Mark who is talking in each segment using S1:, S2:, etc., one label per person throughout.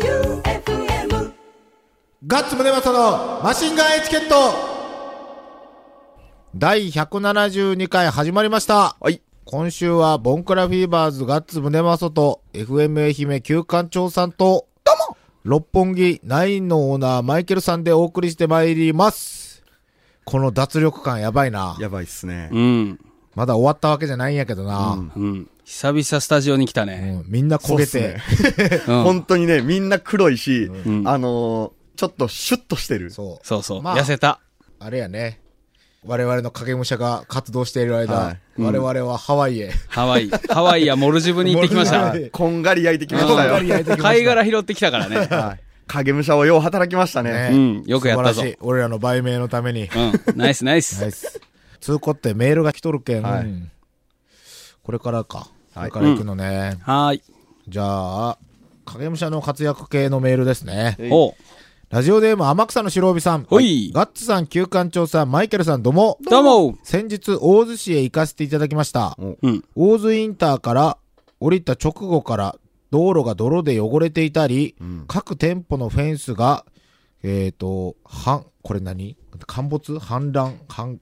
S1: J-O-E-U-F-M
S2: ガッツムネマソのマシンガンエチケット第172回始まりました。
S3: はい。
S2: 今週はボンクラフィーバーズガッツムネマソと FM 愛媛旧館長さんと、どうも六本木ナインのオーナーマイケルさんでお送りしてまいります。この脱力感やばいな。
S3: やばいっすね
S4: う。ん。
S2: まだ終わったわけじゃないんやけどな。うん
S4: うん。久々スタジオに来たね。
S2: みんな焦げ
S3: そう
S2: て
S3: っ。
S4: うん
S3: 本当にね、みんな黒いし、
S4: ん
S3: あのーちょっとシュッとしてる。
S2: そう。
S4: そうそう。
S2: まあ
S4: 痩せた。
S2: あれやね。我々の影武者が活動している間、
S3: はい
S2: 我々はハワイへ。
S4: ハワイ。ハワイやモルジブに行ってきま
S2: モ
S4: した
S2: ルジ。
S3: こんがり焼いてきま
S4: こ
S3: し
S4: ん
S3: た
S4: が
S3: よ。
S4: 貝殻拾ってきたからね。
S3: はい。影武者をよう働きましたね。
S4: う
S2: ね
S4: ん。よくやった
S2: 素
S4: ぞ
S2: 晴。らしい。俺らの売名のために。
S4: うん。ナイスナイス
S2: ナ。イス。通行ってメールが来とるけん。
S3: は
S2: う
S3: い
S2: んこれからか。こ
S3: は
S2: れ
S3: い
S2: から行くのね。
S4: はーい。
S2: じゃあ、影武者の活躍系のメールですね。
S3: えい
S4: おう
S2: ラジオネーム天草の白帯さん。
S4: ほい
S2: ガッツさん、旧館長さん、マイケルさん、どうも。
S4: どうも
S2: 先日、大洲市へ行かせていただきました。
S4: うん。
S2: 大津インターから降りた直後から道路が泥で汚れていたり、各店舗のフェンスが、えっ、と、はこれ何陥没氾濫氾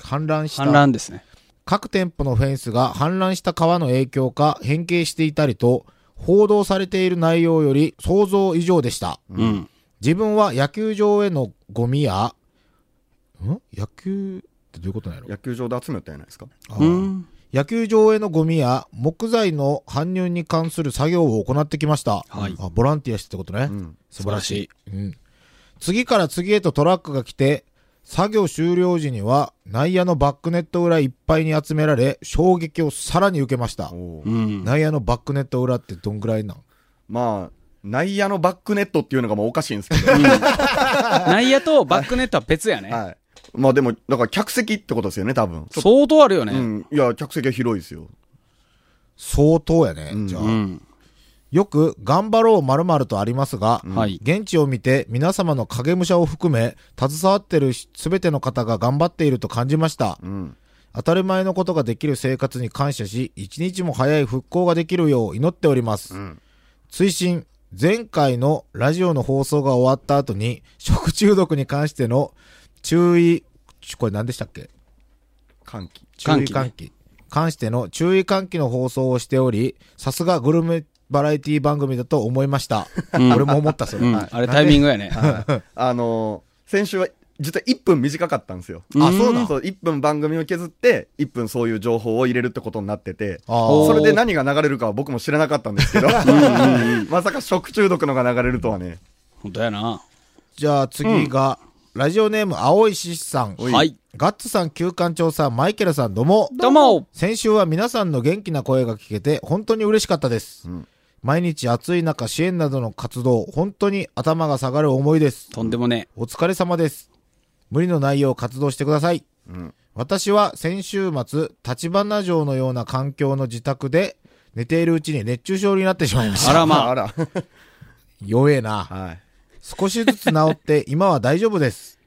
S2: 氾濫した
S4: 反乱ですね。
S2: 各店舗のフェンスが氾濫した川の影響か変形していたりと、報道されている内容より想像以上でした。
S4: うん。
S2: 自分は野球場へのゴミや、ん野球ってどういうことなんやろ
S3: 野球場で集めたんじゃないですか。
S2: あ
S4: う
S2: ー
S4: ん。
S2: 野球場へのゴミや木材の搬入に関する作業を行ってきました。
S4: はい
S2: あボランティアしてってことね。
S3: ん
S2: 素晴らしい、うん。次から次へとトラックが来て、作業終了時には内野のバックネット裏いっぱいに集められ、衝撃をさらに受けました。
S3: おー
S4: うん。
S2: 内野のバックネット裏ってどんぐらいなん
S3: まあ、内野のバックネットっていうのがもうおかしいんですけど。
S4: 内野とバックネットは別やね。
S3: はい。まあでも、だから客席ってことですよね、多分。
S4: 相当あるよ
S3: う
S4: ね。
S3: ん。いや、客席は広いですよ。
S2: 相当やね。
S3: うん
S2: じゃあ、
S4: うん。
S2: よく、頑張ろう〇〇とありますが、
S4: はい。
S2: 現地を見て皆様の影武者を含め携わってる全ての方が頑張っていると感じました
S3: うん。
S2: 当たり前のことができる生活に感謝し一日も早い復興ができるよう祈っております、
S3: ん
S2: 追伸前回のラジオの放送が終わった後に食中毒に関しての注意ちこれ何でしたっけ
S3: 歓喜。
S2: 注意
S4: 喚起ね
S2: 喚起、関しての注意喚起の放送をしておりさすがグルメバラエティ番組だと思いました、
S4: ん
S2: 俺も思ったそれ、
S4: うん。
S2: はい
S4: あれタイミングやね。
S3: あのー先週は、実は1分短かったんですよ。
S2: あそうなん
S3: そう、1分番組を削って、1分そういう情報を入れるってことになってて、
S2: あー
S4: お
S3: それで何が流れるかは僕も知らなかったんですけど、 まさか食中毒のが流れるとはね。
S4: 本当やな。
S2: じゃあ次が、ラジオネーム、青い獅子さん。
S4: いはい
S2: ガッツさん、旧館長さん、マイケルさん、どうも。
S4: どうも
S2: 先週は皆さんの元気な声が聞けて、本当に嬉しかったです。
S3: ん
S2: 毎日暑い中、支援などの活動、本当に頭が下がる思いです。
S4: とんでもね
S2: お疲れ様です。無理のないよう活動してください。
S3: うん
S2: 私は先週末、立花城のような環境の自宅で、寝ているうちに熱中症になってしまいまし
S4: あ
S2: た。
S4: らまあ。
S3: あら。
S2: 弱えな。
S3: はい。
S2: 少しずつ治って今は大丈夫です。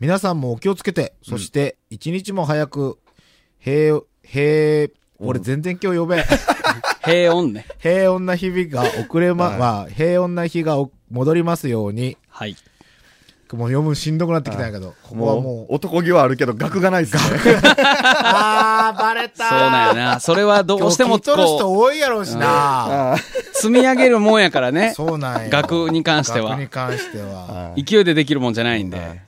S2: 皆さんもお気をつけて、そして一日も早く、平、平、俺全然今日呼べん。
S4: 平穏ね。
S2: 平穏な日々が遅れま、
S3: はい
S2: まあ、平穏な日がお戻りますように。
S4: はい。
S2: もう読むのしんどくなってきたんやけど、ここは
S3: も
S2: も
S3: う、
S2: う。
S3: 男気はあるけど、額がないっす ね。
S2: あー、バレた
S4: そうなんやな。それはど
S2: ど
S4: うしても
S2: 聞いとる
S4: こ
S2: 人多いやろうしな。
S3: あ
S4: う、積み上げるもんやからね。
S2: そうなんや。
S4: 額に関しては
S2: 額に関しては。
S3: ー
S4: 勢いでできるもんじゃないんで。
S3: はい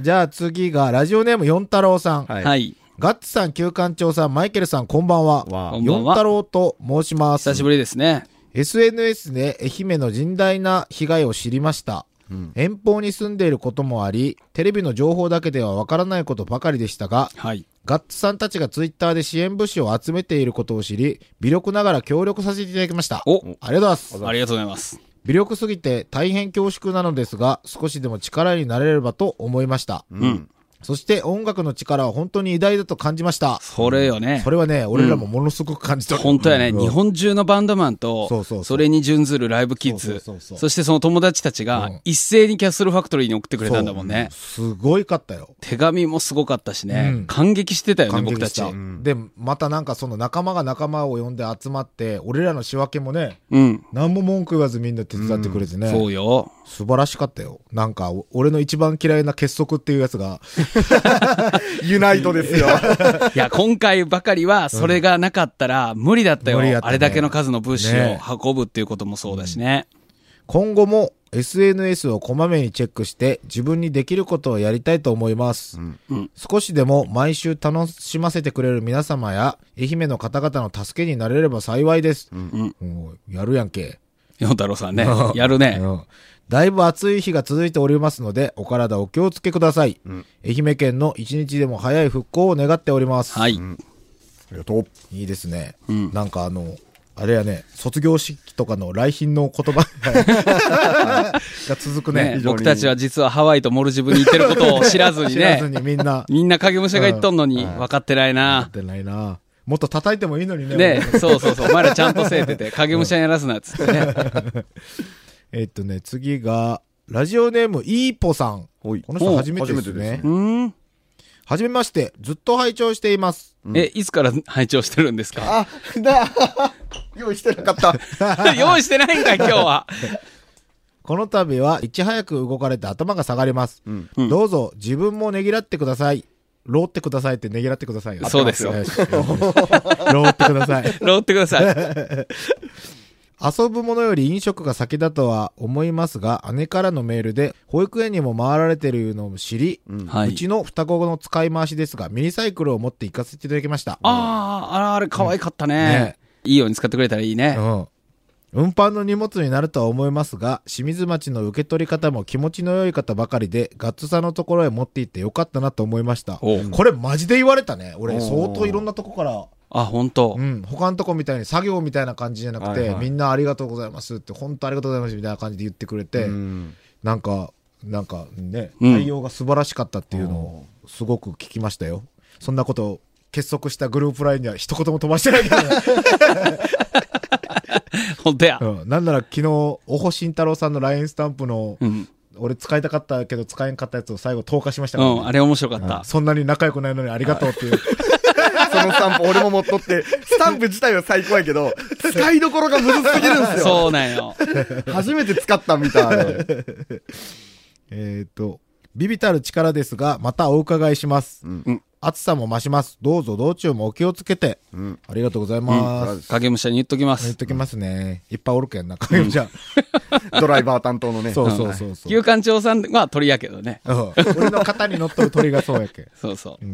S2: じゃあ次が、ラジオネーム四太郎さん。
S3: はい。
S4: はい。
S2: ガッツさん、旧館長さん、マイケルさん、こんばんは。
S3: わ
S4: こ
S3: あ
S4: んばん
S2: 四
S4: は
S2: 太郎と申します
S4: 久。しぶりですね。
S2: SNS で愛媛の甚大な被害を知りました。遠方に住んでいることもあり、テレビの情報だけではわからないことばかりでしたが、
S4: はい。
S2: ガッツさんたちがツイッターで支援物資を集めていることを知り、微力ながら協力させていただきました。
S4: お
S2: ありがとうございます。
S4: ありがとうございます。
S2: 微力すぎて大変恐縮なのですが、少しでも力になれればと思いました。
S3: うん。
S2: そして音楽の力は本当に偉大だと感じました。
S4: それよね
S2: そ。れはね、俺らもものすごく感じた。
S4: 本当やね、
S2: うん
S4: 日本中のバンドマンと、
S2: そうそうそう
S4: れに準ずるライブキッズ、
S2: そうそうそうそう
S4: そしてその友達たち
S2: う
S4: が
S2: ん
S4: 一斉にキャッスルファクトリーに送ってくれたんだもんね。
S2: すごいかったよ。
S4: 手紙もすごかったしね、
S2: うん
S4: 感激してたよね、
S2: 感
S4: 僕
S2: 激
S4: た
S2: し
S4: ち。
S2: た。
S4: う
S2: で、またなんかその仲間が仲間を呼んで集まって、俺らの仕分けもね、
S4: ん。
S2: 何も文句言わずみんな手伝ってくれてね。
S4: そうよ。
S2: 素晴らしかったよ。なんか、お俺の一番嫌いな結束っていうやつが、
S3: ユナイトですよ。
S4: いや、今回ばかりは、それがなかったら無理だったよ。
S2: 無理だったね
S4: あれだけの数の物資を
S2: ね
S4: 運ぶっていうこともそうだしね。
S2: 今後も SNS をこまめにチェックして自分にできることをやりたいと思います。
S4: うん
S2: 少しでも毎週楽しませてくれる皆様や愛媛の方々の助けになれれば幸いです。もうやるやんけ。
S4: 四太郎さんね、やるね
S2: う。んだいぶ暑い日が続いておりますので、お体お気をつけください。愛媛県の一日でも早い復興を願っております。
S4: はい。
S3: ありがとう。
S2: いいですね。なんかあの、あれやね、卒業式とかの来賓の言葉が続くね。
S4: ね
S3: 非常に
S4: 僕たちは実はハワイとモルジブに行ってる ことを知らずに
S2: 知らず
S4: ね。
S2: にみんな、
S4: みんな影武者が言っとんのに、分かってない
S2: っ
S4: な。
S2: てないな。もっと叩いてもいいのにね。
S4: ね
S2: 俺
S4: そうそうそう。お前らちゃんとせえってて、影武者にやらすなっつってね。
S2: えっとね、次が、ラジオネーム、イーポさん。こ
S3: おい
S2: の人初めてです
S3: お初めて
S2: ね
S3: で。す
S4: うん。
S2: はじめまして、ずっと拝聴しています。
S4: え、いつから拝聴してるんですか
S3: あ、 だ、用意してなかった。
S4: 用意してないんかい、今日は。
S2: この度はいち早く動かれて頭が下がります。
S4: うん
S2: どうぞ、自分もねぎらってください。ローってくださいってねぎらってくださいよ。
S4: そうですよ
S2: よしよしよしローってください。
S4: ローってください。
S2: 遊ぶものより飲食が先だとは思いますが、姉からのメールで、保育園にも回られてるのを知り、う
S4: は
S2: ちの双子の使い回しですが、ミニサイクルを持って行かせていただきました。
S4: ああ、あれ、あれ、可愛かったね
S2: ね。
S4: いいように使ってくれたらいいね
S2: う。ん。運搬の荷物になるとは思いますが、清水町の受け取り方も気持ちの良い方ばかりで、ガッツさんのところへ持って行ってよかったなと思いました。
S4: おう
S2: これマジで言われたね。
S3: お
S2: 俺
S3: う
S2: 相当いろんなとこから、
S4: あ、本当
S2: う。ん、他のとこみたいに作業みたいな感じじゃなくて、
S3: はいはい
S2: みんなありがとうございますって、本当ありがとうございますみたいな感じで言ってくれて、
S3: うん
S2: なんか、なんかね、
S4: うん
S2: 対応が素晴らしかったっていうのをすごく聞きましたよ。そんなことを結束したグループラインには一言も飛ばしてないけどね、
S4: 本当や。
S2: うん。なんなら昨日、おほ慎太郎さんの LINE スタンプの、
S4: うん。
S2: 俺使いたかったけど使えんかったやつを最後投下しました
S4: う
S2: からね、
S4: ん、あれ面白かった。
S2: そんなに仲良くないのにありがとうっていう。
S3: そのスタンプ俺も持っとって、スタンプ自体は最高やけど、使いどころがむずすぎるんですよ。
S4: そうなんよ。
S3: 初めて使ったみたい。
S2: えっと、ビビたる力ですが、またお伺いします。
S4: うん
S2: 暑さも増します。どうぞ道中もお気をつけて。
S3: ん
S2: ありがとうございます。
S4: 影武者に言っとき
S2: 言
S4: ま
S2: っ
S4: す。
S2: ときますね。いっぱいおるけんな、かゆじゃん。
S3: ドライバー担当のね。
S2: そうそうそうそう。
S4: 旧館長さんは鳥やけどね。
S2: うん俺の肩に乗っとる鳥がそうやけん。
S4: そうそう。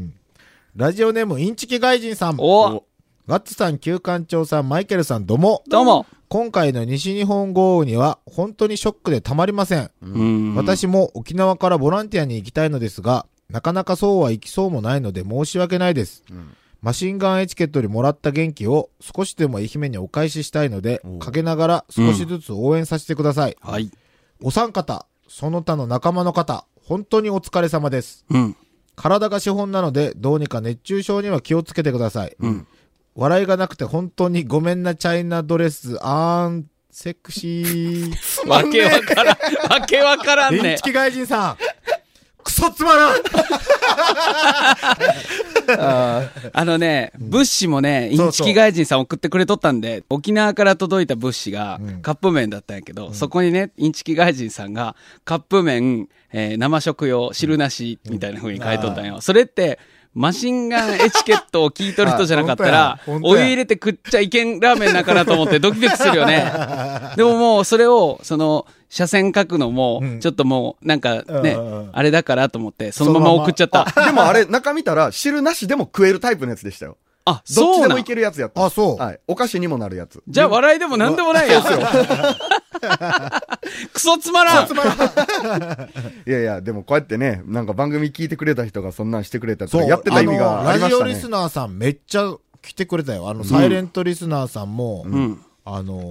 S2: ラジオネーム、インチキ外人さん。
S4: お
S2: ガッツさん、旧館長さん、マイケルさん、どうも。
S4: どうも。
S2: 今回の西日本豪雨には本当にショックでたまりません。
S4: うん。
S2: 私も沖縄からボランティアに行きたいのですが、なかなかそうはいきそうもないので申し訳ないです。マシンガンエチケットにもらった元気を少しでも愛媛にお返ししたいので、かけながら少しずつ応援させてください。
S4: はい。
S2: お三方、その他の仲間の方、本当にお疲れ様です。
S4: うん。
S2: 体が資本なので、どうにか熱中症には気をつけてください。笑いがなくて本当にごめんなチャイナドレス、あーん、セクシー。
S4: わけわからん。わけわからん
S2: 電
S4: ね
S2: 池。機外人さん、クソつまらん、
S4: あのね、物資もね、インチキ外人さん送ってくれとったんで、沖縄から届いた物資がカップ麺だったんやけど、そこにね、インチキ外人さんがカップ麺、えー生食用、汁なし、みたいな風に書いとったんよ。それって、マシンガンエチケットを聞いとる人じゃなかったら
S2: 本当や本当
S4: お湯
S2: や
S4: 入れて食っちゃいけんラーメンなんかなと思ってドキドキするよね。でももうそれを、その、車線書くのも、ちょっともう、なんかね
S2: うんうんうん、
S4: あれだからと思って、そのまま送っちゃった。
S3: でもあれ、中見たら、汁なしでも食えるタイプのやつでしたよ。
S4: あ、
S3: どっ
S4: そ
S3: ち
S4: う
S3: で
S4: な
S3: もい
S4: ん
S3: けるやつやった。
S2: あそう
S3: はい。お菓子にもなるやつ。
S4: じゃあ笑いでも何でもないやつよ。 クソつまらん
S3: いやいや、でもこうやってね、なんか番組聞いてくれた人がそんなんしてくれたと
S2: そう、
S3: かやってた意味
S2: あ
S3: が
S2: の
S3: あり
S2: ラ
S3: ま
S2: ジ
S3: し
S2: オ
S3: た
S2: リス
S3: ね。
S2: ナーさんめっちゃ来てくれたよ。あの、サイレントリスナーさんも、
S4: ん
S2: あの、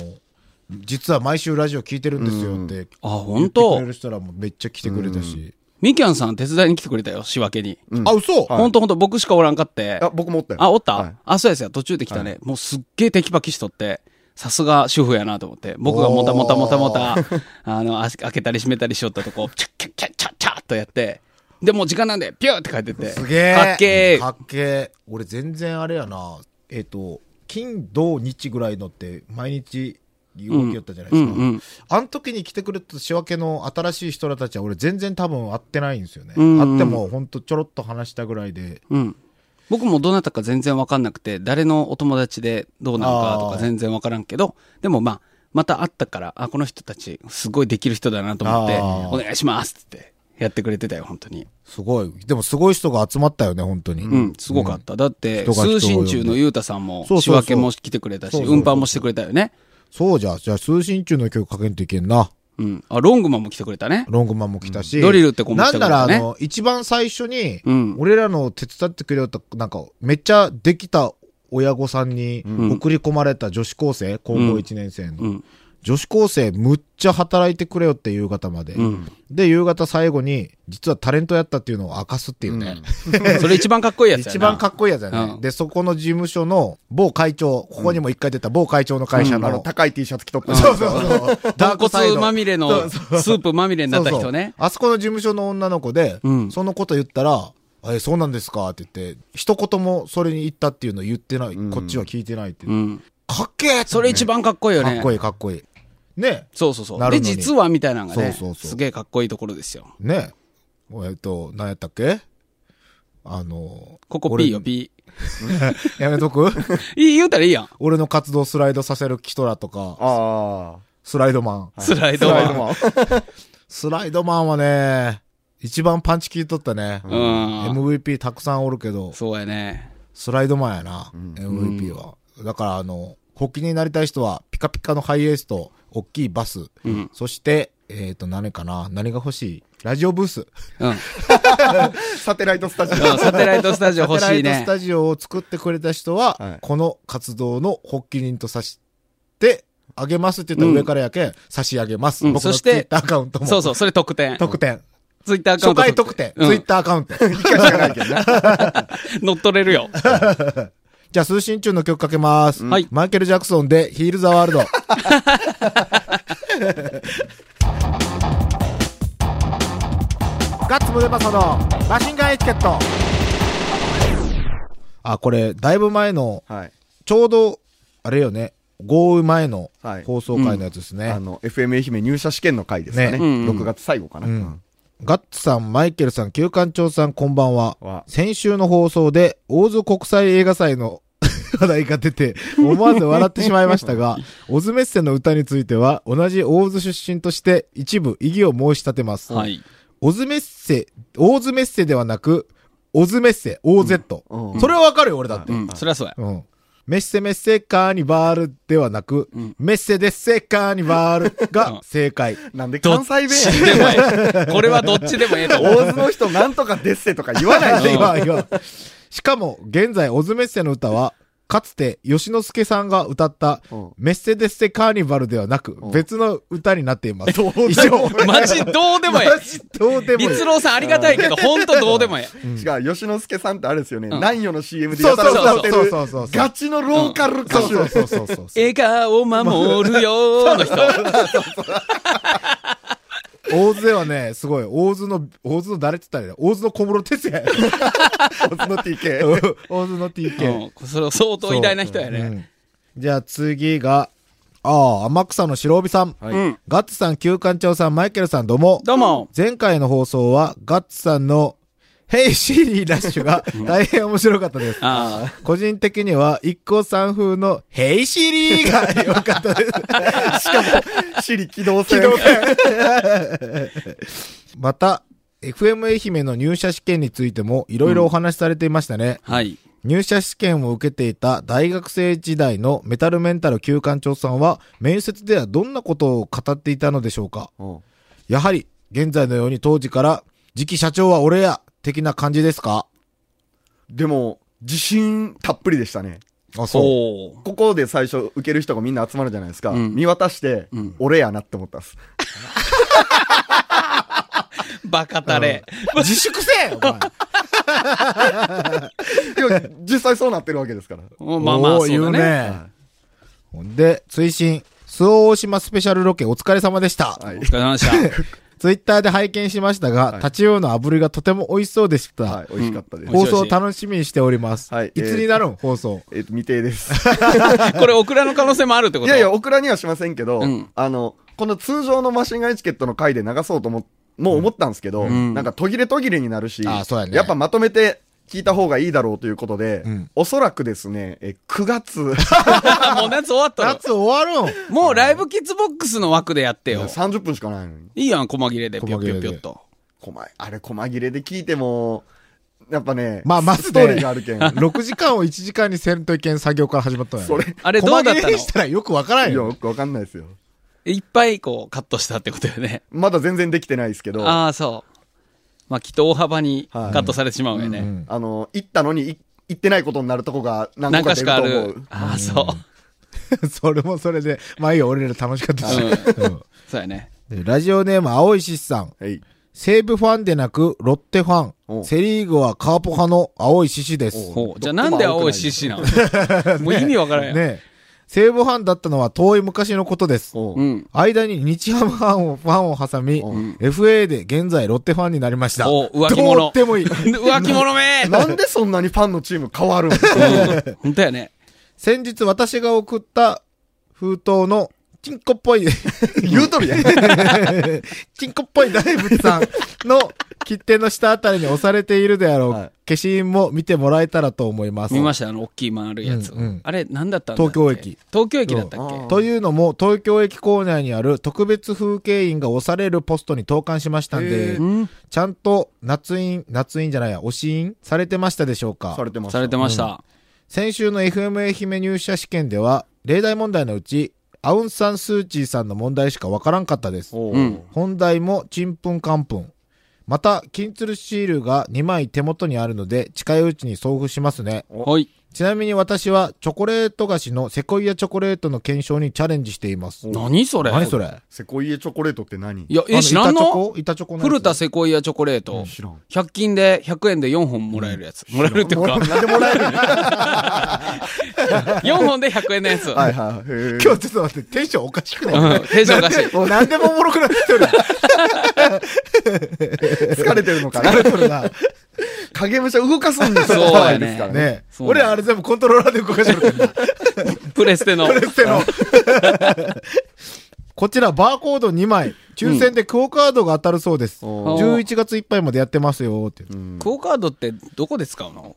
S2: 実は毎週ラジオ聞いてるんですよって、
S4: あ、
S2: 言っ
S4: 本
S2: てくれ
S4: 当
S2: る人らもめっちゃ来てくれたし、
S4: みきゃんさん手伝いに来てくれたよ、仕分けに。
S3: うん
S2: あ、嘘、
S3: はい
S4: ほんとほんと、僕しかおらんかって。
S3: あ、僕もおったよ。
S4: あ、おった、
S3: はい
S4: あ、そうですよ。途中で来たね。もうすっげえテキパキしとって、さすが主婦やなと思って、僕がもたもたもたもた、 あの、あ開けたり閉めたりしよったとこ、チャッチャッチャッチャッチャッとやって、で、もう時間なんで、ピューって帰ってって。
S2: すげえ。
S4: かっけ
S2: かっけえ。俺全然あれやな。えっ、と、金、土、日ぐらいのって毎日動きよったじゃない
S4: え。う
S2: です
S4: ん
S2: か。
S4: うん。
S2: あの時に来てくれた仕分けの新しい人らたちは俺全然多分会ってないんですよね。
S4: うんうん
S2: 会ってもほんとちょろっと話したぐらいで。
S4: うん。僕もどなたか全然わかんなくて、誰のお友達でどうなのかとか全然わからんけど、でもまあ、また会ったから、あ、この人たち、すごいできる人だなと思って、
S2: あー
S4: お願いしますって言ってやってくれてたよ、本当に。
S2: すごい。でもすごい人が集まったよね、本当に。
S4: うん、すごかった。だって、
S2: 人が人を呼ん
S4: 通
S2: で
S4: 信中のゆうたさん
S2: そ
S4: も
S2: うそう、
S4: 仕
S2: そう
S4: 分けも来てくれたし、
S2: そうそうそう
S4: 運搬もしてくれたよね。
S2: そうじゃ、じゃあ通信中の曲かけんといけんな。
S4: うん。あ、ロングマンも来てくれたね。
S2: ロングマンも来たし。
S4: うんドリルって子も
S2: な
S4: 来たか
S2: んなら、
S4: ら
S2: あ
S4: ね
S2: の、一番最初に
S4: うん、
S2: 俺らの手伝ってくれよった、なんか、めっちゃできた親御さんに
S4: ん
S2: 送り込まれた女子高生、高校1年生
S4: う
S2: の。
S4: ん。
S2: 女子高生、むっちゃ働いてくれよって夕方まで
S4: う。ん。
S2: で、夕方最後に、実はタレントやったっていうのを明かすっていうね。
S4: それ一番かっこいいやつやな。
S2: 一番かっこいいやつだよね。
S4: うん
S2: で、そこの事務所の某会長、ここにも一回出た某会長の会社
S3: あの、
S2: の、
S3: 高い T シャツ着とった。
S2: そうそうそう。
S4: 豚骨まみれ
S2: そ
S4: の、
S2: う
S4: ス
S2: そう
S4: ープまみれになった人
S2: そうそう
S4: ね。
S2: あそこの事務所の女の子で、
S4: うん
S2: そのこと言ったら、え、そうなんですかって言って、一言もそれに言ったっていうのを言ってない。こっちは聞いてないって。
S4: うん。
S2: かっけえ
S4: それ一番かっこいいよ
S2: か
S4: ね。
S2: っこいいかっこいい。ね
S4: そうそうそ
S2: な
S4: う。
S2: る
S4: で、
S2: のに
S4: 実はみたいなのが
S2: そ
S4: ね、
S2: うそうそう
S4: すげえかっこいいところですよ。
S2: え。ねえ。えっと、何やったっけあの、
S4: ここ P よ、
S2: 俺
S4: P。
S2: やめと く
S4: いい、言うたらいいやん。
S2: 俺の活動をスライドさせる人らとか、
S3: あ
S2: スライドマン。
S4: スラ
S3: あ。
S4: イド
S3: スライド
S4: は。
S3: マン。
S2: スライドマンはね、一番パンチ効いとったね。
S4: うん。
S2: MVP たくさんおるけど、
S4: そうやね。
S2: スライドマンやな、MVP は。だから、あの、発起人になりたい人は、ピカピカのハイエースと、大きいバス。
S4: うん
S2: そして、えっ、と、何かな何が欲しいラジオブース。
S4: うん。うん
S3: サテライトスタジオ。
S4: サテライトスタジオ欲
S2: サ
S4: し
S2: テ
S4: い
S2: ライトス
S4: ね。
S2: タジオを作ってくれた人は、
S3: はい
S2: この活動の発起人とさして、あげますって言ったら上からやけん、差し上げます。
S4: うん
S2: 僕の
S4: そし
S2: ツイ
S4: て
S2: ッターアカウントも。
S4: そうそう、それ特典。
S2: 特典。
S4: ツイッターアカウ
S2: 初
S4: ント。
S2: 回特典。
S4: うん
S2: ツイッターアカウント。
S4: 乗っ取れるよ。
S2: じゃあ、通信中の曲かけます。
S4: はい
S2: マイケル・ジャクソンで、ヒール・ザ・ワールド。ガッツムデパソのマシンガンエチケット。あ、これ、だいぶ前の、
S3: はい。
S2: ちょうど、あれよね、豪雨前の
S3: はい
S2: 放送回のやつですね。
S3: あの、FM 愛媛入社試験の回ですかね。
S2: ね
S4: うんうん
S3: 6月最後かな。うん
S2: ガッツさん、マイケルさん、旧館長さん、こんばんは。
S3: わ
S2: 先週の放送で、大津国際映画祭の 話題が出て、思わず笑ってしまいましたが、オズメッセの歌については、同じ大津出身として、一部異議を申し立てます。
S4: はい。
S2: オズメッセ、大津メッセではなく、オズメッセ、OZ。
S3: うん
S2: それはわかるよ、俺だって。
S4: うん。それはそうや。
S2: うん。メッセメッセカーニバールではなく、
S4: ん
S2: メッセデッセカーニバール
S4: うん
S2: が正解。
S3: なんで
S4: ど
S3: 関
S4: っ
S3: 西弁
S4: ちでもええ。これはどっちでもええと思う。
S3: 大津の人なんとかデッセとか言わないで
S2: 今
S3: 今。
S2: は今はしかも、現在、オズメッセの歌は、かつて、吉野助さんが歌った
S3: うん、
S2: メッセデッセカーニバルではなく、別の歌になっています。
S3: どうでも
S2: 以上
S4: マジどうでもえ
S2: マジどうで
S4: え。
S2: もいい。
S4: 律郎さんありがたいけど、ほんとどうでもええ。
S3: 違う、吉之助さんってあれですよね。
S4: ん
S3: 南予の CM でやたら歌ってる
S2: そうそうそうそうそうそうそう。
S3: ガチのローカル歌
S2: そう
S3: 手。
S2: そうそうそうそう。
S4: 笑顔守るよーの人。
S2: 大津ではね、すごい、大津の、大津の誰って言ったらいいの大津の小室哲 也や。
S3: 大津の TK。
S2: 大津の TK。
S4: うんそれは相当偉大な人や
S2: う
S4: ね。
S2: んじゃあ次が、ああ、天草の白帯さん。
S3: はい
S4: うん。
S2: ガッツさん、旧館長さん、マイケルさん、どうも。
S4: どうも。
S2: 前回の放送は、ガッツさんの、ヘイシーリーラッシュが大変面白かったです。
S4: あ
S2: 個人的には、一行さん風のヘイシーリーが良かったです。
S3: シリ機動戦。
S2: また、FM 愛媛の入社試験についても、いろいろお話しされていましたね。
S4: あ。はい。
S2: 入社試験を受けていた大学生時代のメタルメンタル旧館長さんは、面接ではどんなことを語っていたのでしょうか
S3: うん
S2: やはり、現在のように当時から、次期社長は俺や、的な感じですか
S3: でも、自信たっぷりでしたね。
S2: あ、そう。
S4: おー
S3: ここで最初受ける人がみんな集まるじゃないですか。
S4: うん
S3: 見渡して
S4: うん、
S3: 俺やなって思ったんです。
S4: バカタレ。
S2: 自粛せえよ、お前。
S3: いや実際そうなってるわけですから。
S4: おまあまあ、
S2: おー
S4: そ
S2: 言
S4: うだね。
S2: はいほんで、追伸、周防大島スペシャルロケお疲れ様でした。
S3: はい
S4: お。疲れ様でした。
S2: ツイッターで拝見しましたが、
S3: い
S2: タチウオの炙りがとても美味しそうでした。
S3: はい。美味しかったです。
S2: 放送を楽しみにしております。
S3: はいい、
S2: つになるん、放送。
S3: えっと、未定です。
S4: これ、オクラの可能性もあるってこ
S3: い
S4: と
S3: やいや、オクラにはしませんけど、
S4: うん
S3: あの、この通常のマシンガンエチケットの回で流そうとも、もう思ったんですけど、
S4: ん
S3: なんか途切れ途切れになるし、
S2: あそうやね
S3: っぱまとめて聞いた方がいいだろうということで、
S2: ん
S3: おそらくですね、え9月
S4: もう夏終わったら。
S2: 夏終わるん
S4: もうライブキッズボックスの枠でやってよ。
S3: 30分しかないのに、
S4: いいやん、細切れで、ぴょ
S2: 細
S4: ぴ
S2: 切
S4: ょ
S2: れで
S4: ぴょっと。
S3: こまあれ、細切れで聞いても、やっぱね、
S2: まあまずね
S3: ストーリーがある け ん。
S2: 6時間を1時間にせんといけん作業から始まったんやね
S3: それ、
S4: あれ、どうだ
S2: 細
S4: った
S2: 切れ
S4: の
S2: にしたらよくわからんよ。
S3: よくわかんないですよ。
S4: いっぱい、こう、カットしたってことよね。
S3: まだ全然できてないですけど、あ
S4: ああ、そう。まあ、きっと大幅にカットされてしまうよね。
S2: うん
S3: の、行ったのにい行ってないことになるとこが何
S4: 何
S3: 個か
S4: か
S3: 出る
S4: しか
S3: と
S4: あ
S3: 思
S4: る
S3: う。。
S4: ああ、そ う。
S2: それもそれで。まあいいよ、俺ら楽しかったし。
S4: う
S2: うん
S4: そうやね。
S2: でラジオネーム、青石さん。
S3: はい。
S2: 西武ファンでなく、ロッテファ
S3: お
S2: ン。セリーグはカープ派の青い獅子です。
S4: ほうじゃあなんで青い獅子な のもう意味わからんやん。
S2: ねえ西武ファンだったのは遠い昔のことです。
S3: おう
S4: うん。
S2: 間に日ハムファンをファンを挟み、FA で現在ロッテファンになりました。
S4: お浮気者
S2: どうでもいい。
S4: 浮気者め
S3: なんでそんなにファンのチーム変わるん
S4: 本当やね。
S2: 先日私が送った封筒のチンコっぽい、
S3: 言うとるやん。
S2: チンコっぽい大仏さんの切手の下あたりに押されているであろう、
S3: はい
S2: 消印も見て回れたらと思います。
S4: 見ましたあの、大きい丸いやつ
S2: うんうん。
S4: あれ、なんだったんだっけ
S2: 東京駅。
S4: 東京駅だったっけ
S3: うん
S2: というのも、東京駅構内にある特別風景印が押されるポストに投函しましたん
S3: へ
S2: で
S4: う、ん。
S2: ちゃんと夏印、夏印じゃないや、押し印されてましたでしょうか
S3: されてます。
S4: されてました。
S2: 先週の FM 愛媛入社試験では、例題問題のうち、アウンサン・スー・チーさんの問題しかわからんかったです。
S3: おう
S4: うん
S2: 本題もちんぷんかんぷん。また、金鶴シールが2枚手元にあるので、近いうちに送付しますね。
S4: ほい。
S2: ちなみに私は、チョコレート菓子のセコイアチョコレートの検証にチャレンジしています。
S4: 何それ
S2: 何それ
S3: セコイエチョコレートって何
S4: いや、え、知らんの
S2: 板チョコ板チョコのやつ
S4: 古田セコイアチョコレート。
S3: 知らん。
S4: 100均で100円で4本もらえるやつ。もらえるっていうか、
S3: なんでもらえるは
S4: 4本で100円のやつ。
S3: いはい。へえ
S2: 今日ちょっと待って、テンションおかしくない
S4: うん、平常おかしい。
S2: もう何でもおもろくなってきてる。
S3: 疲れてるのかな
S2: 疲れとるな。
S3: 影武者動かすんです
S4: そうや ね
S3: からね。
S2: ね
S4: そう
S2: 俺らあれ全部コントローラーで動かしてるからな。
S4: プレステの。
S2: プレステの。こちらバーコード2枚、抽選でクオカードが当たるそうです。
S3: お
S4: ー
S2: 11月いっぱいまでやってますよって。
S4: クオカードってどこで使うの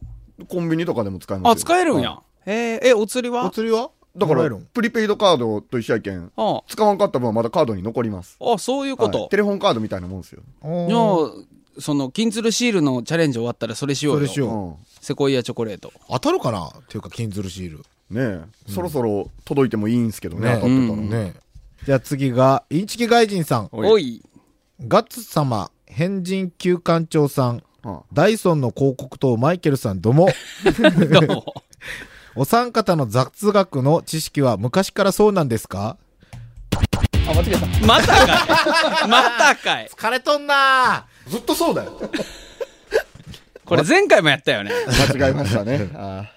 S3: コンビニとかでも使えますよ。
S4: あ、使えるん
S3: は。
S4: や。へえ、え、お釣りは
S2: お釣りはい
S3: だか
S2: もえ
S3: ら
S2: るん、
S3: プリペイドカードと一緒やけん、
S4: あ
S3: 使わんかった分はまだカードに残ります。
S4: あ、そういうこ
S3: はい
S4: と
S3: テ。レホンカードみたいなもんですよ。
S2: おー
S4: じゃあ、その、金鶴シールのチャレンジ終わったらそれしようよ。
S2: それしよう
S3: うん
S4: セコイアチョコレート。
S2: 当たるかなっていうか、金鶴シール。
S3: ねえ、そろそろ届いてもいいんすけどね、
S2: ね
S3: 当たってたら。
S2: ねじゃあ次が、インチキ外人さん、
S3: おい
S4: おい。
S2: ガッツ様、変人旧館長さん、
S3: うん
S2: ダイソンの広告とマイケルさんどうも、
S4: どう も。
S2: お三方の雑学の知識は昔からそうなんですか
S3: あ、間違えた。
S4: またかい。またかい。
S2: 疲れとんな
S3: ずっとそうだよ。
S4: これ前回もやったよね。
S3: 間違えましたね。あ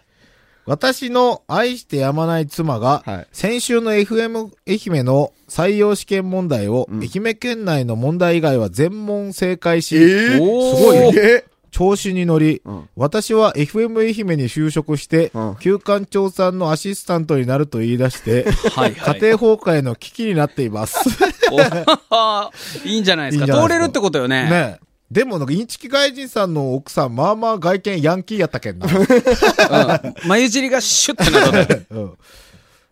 S2: 私の愛してやまない妻が、
S3: はい
S2: 先週の FM 愛媛の採用試験問題を、愛媛県内の問題以外は全問正解し、
S3: えー
S4: おー
S2: すごいね
S3: え
S2: 調子に乗り、
S3: ん
S2: 私は FM 愛媛に就職して、
S3: うん
S2: 旧館長さんのアシスタントになると言い出して、
S4: はい
S2: 家
S4: はい。
S2: 庭崩壊の危機になっています。
S4: おいいんじゃないで
S2: い
S4: す
S2: いん
S4: か。
S2: じゃないです
S4: 通
S2: か
S4: れるってことよね。
S2: ねえ。でも、なんかインチキ外人さんの奥さん、まあまあ外見ヤンキーやった けんな。
S4: うん。眉尻がシュッてなったで。
S2: うん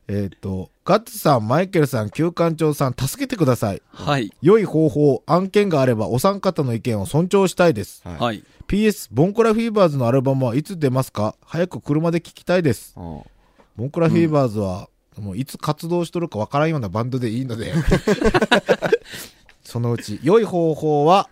S2: えっと、ガッツさん、マイケルさん、旧館長さん、助けてください。
S4: はい。
S2: 良い方法、案件があればお三方の意見を尊重したいです。
S3: はい
S4: はい。
S2: PS、ボンクラフィーバーズのアルバムはいつ出ますか早く車で聴きたいです。
S3: ー
S2: ボンクラフィーバーズは、もういつ活動しとるかわからんようなバンドでいいので。 そのうち、良い方法は、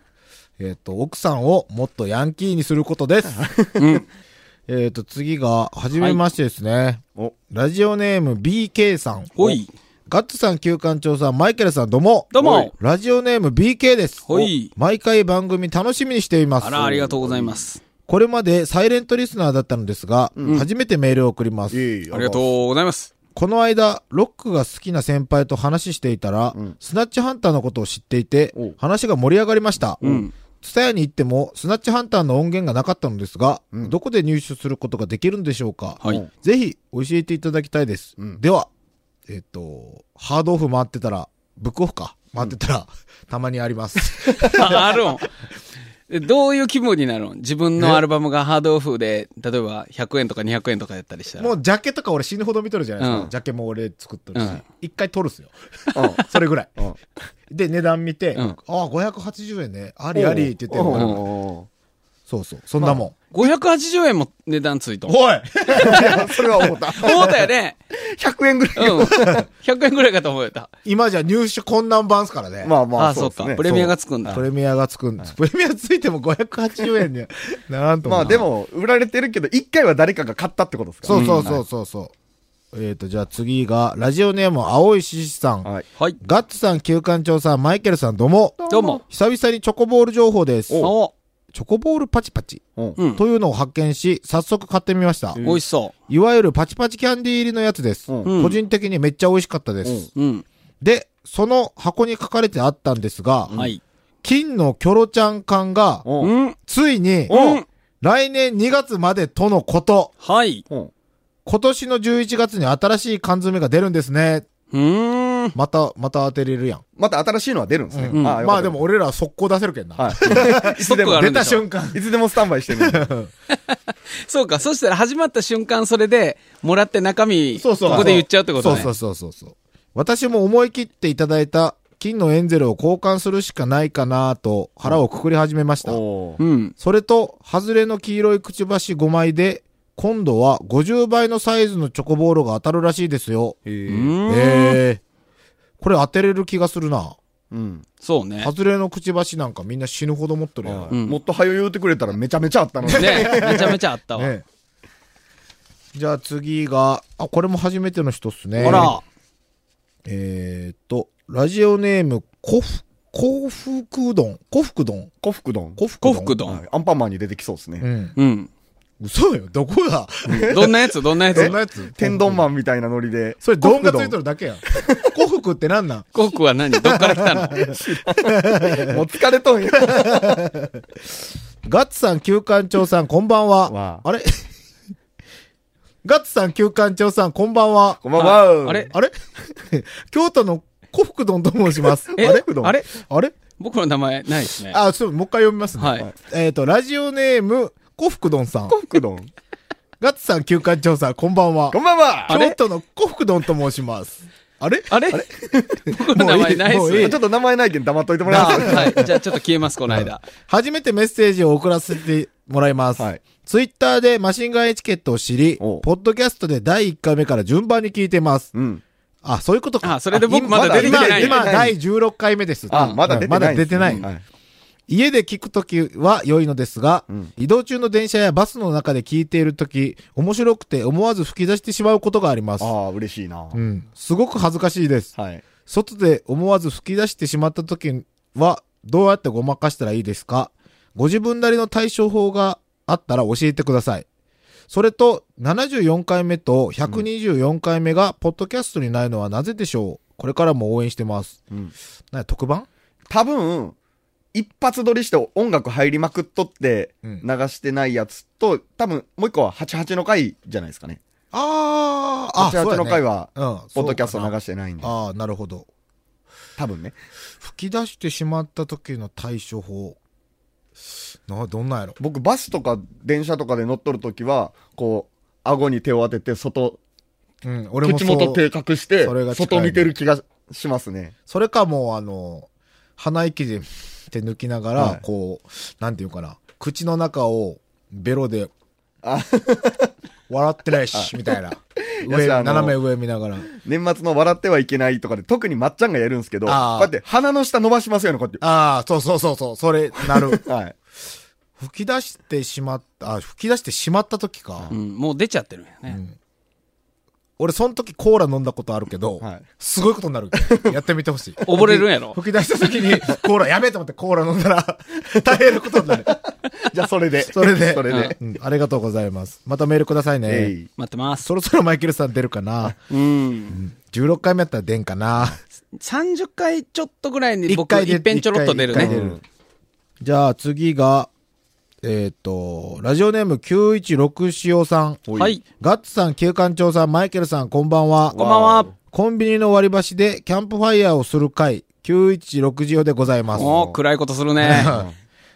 S2: えっ、と、奥さんをもっとヤンキーにすることです。
S4: うん。
S2: えっと、次が、はじめましてですね。
S3: お、
S2: ラジオネーム BK さん。
S4: おい。
S2: ガッツさん、旧館長さん、マイケルさん、どうも。
S4: どうも
S2: おいラジオネーム BK です。
S4: ほい
S2: お毎回番組楽しみにしています。
S4: あら、ありがとうございます。
S2: これまでサイレントリスナーだったのですが、初めてメールを送ります。
S3: いい
S4: ありがとうございます。
S2: この間、ロックが好きな先輩と話していたら、スナッチハンターのことを知っていて
S3: おう、
S2: 話が盛り上がりました。
S4: ん
S2: ツタヤに行っても、スナッチハンターの音源がなかったのですが、どこで入手することができるんでしょうか、
S4: はい
S2: ぜひ、教えていただきたいです。では、えっ、と、ハードオフ回ってたら、ブックオフか。回ってたら、 たまにあります。
S4: ああるん。えどういう気分になるん自分のアルバムがハードオフで、例えば100円とか200円とかやったりしたら。
S2: もう、ジャケとか俺死ぬほど見とるじゃないですか。
S4: うん
S2: ジャケも俺作っとるし
S4: うん。
S2: 一、回取るっすよ。
S3: うん
S2: それぐらい。
S3: うん
S2: で、値段見て、
S4: うん
S2: ああ、580円ね。ありありって言ってるから
S3: お
S2: そうそう。そんなもん。
S4: 580円も値段ついとん。
S2: おい
S3: ー いやそれは思った。
S4: 思ったよね。
S3: 100円ぐら
S4: うん。100円ぐらいかと思えた。
S2: 今じゃ入手困難版っすからね。
S3: い。まあま
S4: あ
S3: あ、
S4: あ、
S3: そ
S4: そうう
S3: です
S4: か。
S3: ね
S4: プ。レミアがつくんだ
S2: プ。レミアがつくんプレミアついても580円にはならんと思
S3: ま
S2: う。
S3: あで。も、売られてるけど、一回は誰かが買ったってことですか
S2: そうそうそうそうそう。えっ、ー、と、じゃあ次が、ラジオネーム、青い獅子さん。
S3: はい。
S4: はい。
S2: ガッツさん、旧館長さん、マイケルさん、どうも。
S4: どうも。
S2: 久々にチョコボール情報です。チ
S4: お
S2: ョコボールパチパチ
S3: うん
S4: うん。
S2: というのを発見し、早速買ってみました。
S4: 美味しそ
S2: いわゆるパチパチキャンディー入りのやつです。
S3: うん
S2: 個人的にめっちゃ美味しかったです。
S3: うん
S4: う。うん。
S2: で、その箱に書かれてあったんですが、
S4: はい。
S2: 金のキョロちゃん缶が、
S3: おうん。
S4: うん。
S2: ついに、
S4: うん。
S2: 来年2月までとのこと、
S4: はい。
S3: うん。
S2: 今年の11月に新しい缶詰が出るんですね。
S4: うーん。
S2: また、また当てれるやん。
S3: また新しいのは出るんですね。
S4: う
S3: ーよ
S4: ん
S2: ま
S3: かっ
S2: あ
S3: た
S2: でも、俺らは速攻出せるけんな。
S3: はい。いつで
S4: そっ
S3: も
S4: かある
S2: 出
S4: んで
S2: た
S4: しょ
S2: 瞬間。
S3: いつでもスタンバイしてるんで。
S4: そうか。そしたら始まった瞬間、それで、もらって中身、
S2: そうそう。
S4: ここで言っちゃうってことね。
S2: そうそうそうそうそう。私も思い切っていただいた金のエンゼルを交換するしかないかなと腹をくくり始めました。
S3: お
S4: う。ん。
S2: それと、外れの黄色いくちばし5枚で、今度は50倍のサイズのチョコボールが当たるらしいですよ。
S3: へ
S4: う
S3: ー
S4: ーん。
S2: ええこれ当てれる気がするな。
S3: うん。
S4: そうね。
S2: 外れのくちばしなんかみんな死ぬほど持ってるやん。
S3: うんもっと早よ言うてくれたらめちゃめちゃあったのに。
S4: ねめちゃめちゃあったわ。
S2: ねえじゃあ次が、あ、これも初めての人っすね。
S4: ほら。
S2: えーっと、ラジオネーム、コフ、幸福丼。幸福丼。
S3: 古福丼。
S2: 幸福
S4: 幸
S2: 丼。
S4: 福
S3: は
S4: 丼。
S3: いアンパンマンに出てきそうですね。
S2: うん。
S4: うん。
S2: 嘘よ。どこだ
S4: どんなやつどんなや
S2: そ
S4: つ
S2: んなやつ
S3: 天丼マンみたいなノリで。
S2: それ、丼がつい
S3: て
S2: とるだけやん。幸福ってなんなん
S4: コックは何どっから来たの
S3: る。もう疲れと んよ。
S2: ガッツさん、旧館長さん、こんばん
S3: わ
S2: は。
S3: あ
S2: あれ ガッツさん、旧館長さん、こんばんは。
S3: こんばんは。
S4: あれ
S2: あれ 京都の幸福丼と申します。
S4: え
S2: あれ
S4: あれ
S2: あれ
S4: 僕の名前ないですね。
S2: あ、そう、もう一回読みますね。
S4: はい。
S2: えっ、と、ラジオネーム、コフクドンさん。
S3: 古 福丼。
S2: ガッツさん、休館長さん、こんばんは
S3: こ。んばんは。
S4: あれ
S2: 京都のコフクドンと申します。あれ
S4: あれ僕の名前ないっ
S2: も
S4: す
S2: ういいも
S3: ち
S2: う
S4: ね
S3: ょっ。と名前ないけん黙っといてもらえます。
S4: はい。じゃあちょっと消えます、この間。
S2: 初めてメッセージを送らせてもらいます。
S3: はい
S2: ツイッターでマシンガンエチケットを知り、
S3: おう
S2: ポッドキャストで第1回目から順番に聞いてます。
S3: うん。
S2: あ、そういうことか。
S4: あそれで僕
S2: あ
S4: まだ
S2: 今
S4: 出てきてない
S2: 今、今第16回目です。
S3: あ、まだ出てない。
S2: まだ出てない。
S3: はい
S2: 家で聞くときは良いのですが、
S3: ん
S2: 移動中の電車やバスの中で聞いているとき、面白くて思わず吹き出してしまうことがあります
S3: あ。あ、嬉しいな
S2: う。ん。すごく恥ずかしいです。
S3: はい。
S2: 外で思わず吹き出してしまったときは、どうやってごまかしたらいいですかご自分なりの対処法があったら教えてください。それと、74回目と124回目が、ポッドキャストにないのはなぜでしょうこれからも応援してます。
S3: うん
S2: なんや特番
S3: 多分、一発撮りして音楽入りまくっとって
S2: う
S3: 流
S2: ん
S3: してないやつと、多分もう一個は88の回じゃないですかね。
S2: あー、あ、そう
S3: 88
S2: や
S3: の回
S2: ね。
S3: は、
S2: うん。
S3: ポッドキャスト
S2: そうかな
S3: 流してないんで。
S2: ああ、なるほど。
S3: 多分ね。
S2: 吹き出してしまった時の対処法。な、どんなんやろ。
S3: 僕、バスとか電車とかで乗っとるときは、こう、顎に手を当てて、外、
S2: うん、俺も
S3: 口
S2: そう。
S3: 元手隠して
S2: それが、近いね
S3: 外見てる気がしますね。
S2: それかもうあの、鼻息でって抜きながら、
S3: はい
S2: こう、なんていうかな、口の中をベロで
S3: あ、
S2: 笑ってないし、みたいな。上、
S3: いやあの
S2: 斜め上見ながら。
S3: 年末の笑ってはいけないとかで、特にまっちゃんがやるんですけど、こう
S2: あー
S3: やって鼻の下伸ばしますよね、こうや
S2: ああ、そうそうそうそう、それ、なる。
S3: って。はい。
S2: 吹き出してしまった、あ、吹き出してしまった時か。
S4: うん。もう出ちゃってるんやね。
S2: 俺その時コーラ飲んだことあるけど、
S3: はい
S2: すごいことにな るからやってみてほしい
S4: 溺れるんやろ
S2: 吹き出した時にコーラやべえと思ってコーラ飲んだ ら大変なことになる
S3: じゃあそれで。
S2: それで
S3: それで。
S2: うんありがとうございますまたメールくださいね、
S3: えい。
S4: 待ってます。
S2: そろそろマイケルさん出るか な
S4: うん。
S2: 16回目やったら出んかな
S4: 30回ちょっとぐらいに
S2: 一
S4: 僕、
S2: 回で
S4: 一遍ちょろっと出る
S2: 一回
S4: ね。
S2: 出るじゃあ次が、えっ、と、ラジオネーム916塩さん。
S4: はい。
S2: ガッツさん、旧館長さん、マイケルさん、こんばんは。
S4: こんばんは。
S2: コンビニの割り箸でキャンプファイヤーをする会、916塩でございます。
S4: もう暗いことするね。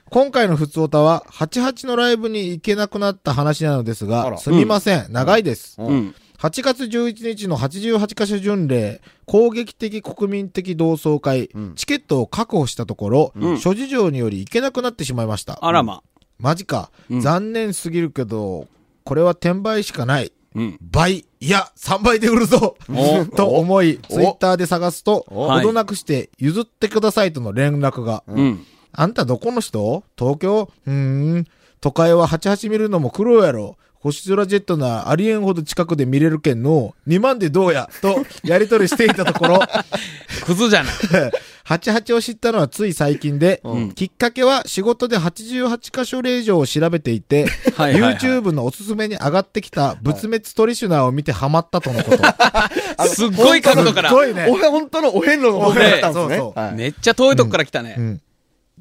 S2: 今回のふつおたは、88のライブに行けなくなった話なのです
S3: あ
S2: が、
S3: ら
S2: すみません、長いです。
S4: うん。
S2: 8月11日の88カ所巡礼、攻撃的国民的同窓会、チケットを確保したところ、
S4: うん
S2: 諸事情により行けなくなってしまいました。
S4: あらま。
S2: マジか、
S4: うん
S2: 残念すぎるけど、これは転売しかない。
S4: うん。
S2: 倍、いや、3倍で売るぞ
S4: お
S2: と思い、
S3: お
S2: ツイッターで探すと、
S3: お
S2: ほどなくして譲ってくださいとの連絡が。
S4: うん。
S2: あんたどこの人東京うーん。都会は88見るのも苦労やろ。星空ジェットならありえんほど近くで見れるけんの、2万でどうやと、やりとりしていたところ、
S4: クズじゃない。
S2: 88を知ったのはつい最近で、
S4: うん
S2: きっかけは仕事で88箇所令状を調べていて、
S4: はいはいはい
S2: YouTube のおすすめに上がってきた仏滅トリシュナーを見てハマったとの こと。
S4: すっごい角度から
S2: す。ごいね
S3: お。へ、本当のお遍路の方だったんですね。
S2: そうそう
S3: はい
S4: めっちゃ遠いとこから来た
S2: う
S4: ね。
S2: ん。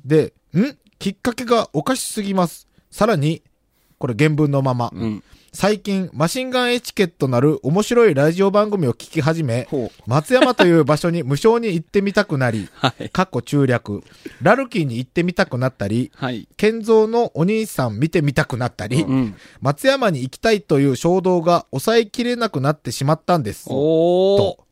S2: で、んきっかけがおかしすぎます。さらに、これ原文のまま。
S4: うん。
S2: 最近、マシンガンエチケットなる面白いラジオ番組を聞き始め、松山という場所に無償に行ってみたくな り、
S4: はい。
S2: かっこ中略、ラルキーに行ってみたくなったり、
S4: はい。
S2: 健三のお兄さん見てみたくなったり、
S4: うん。
S2: 松山に行きたいという衝動が抑えきれなくなってしまったんです。
S4: おー。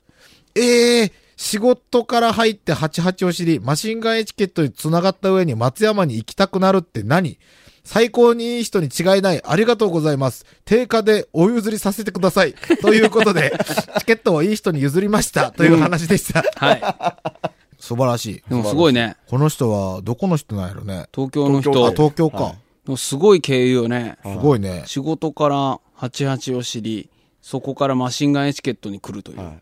S2: ええー、仕事から入って88を知り、マシンガンエチケットに繋がった上に松山に行きたくなるって何最高にいい人に違いない。ありがとうございます。定価でお譲りさせてください。ということで、 チケットをいい人に譲りました。という話でした。
S4: はい。
S2: 素晴らしい。
S4: でもすごいね。
S2: この人は、どこの人なんやろね。
S4: 東京の人。
S2: あ、東京か。
S4: でもすごい経由よね。
S2: すごいね。
S4: 仕事から88を知り、そこからマシンガンエチケットに来るという。
S3: はい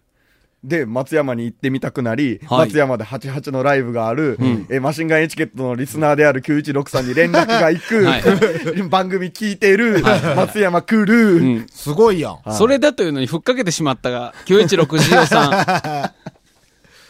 S3: で、松山に行ってみたくなり、
S4: はい
S3: 松山で88のライブがある、えーマシンガンエチケットのリスナーである916さんに連絡が行く、
S4: は
S3: 番組聞いてる、松山来る、
S4: うん。
S2: すごいやん。
S4: それだというのにふっかけてしまったが、916次郎さ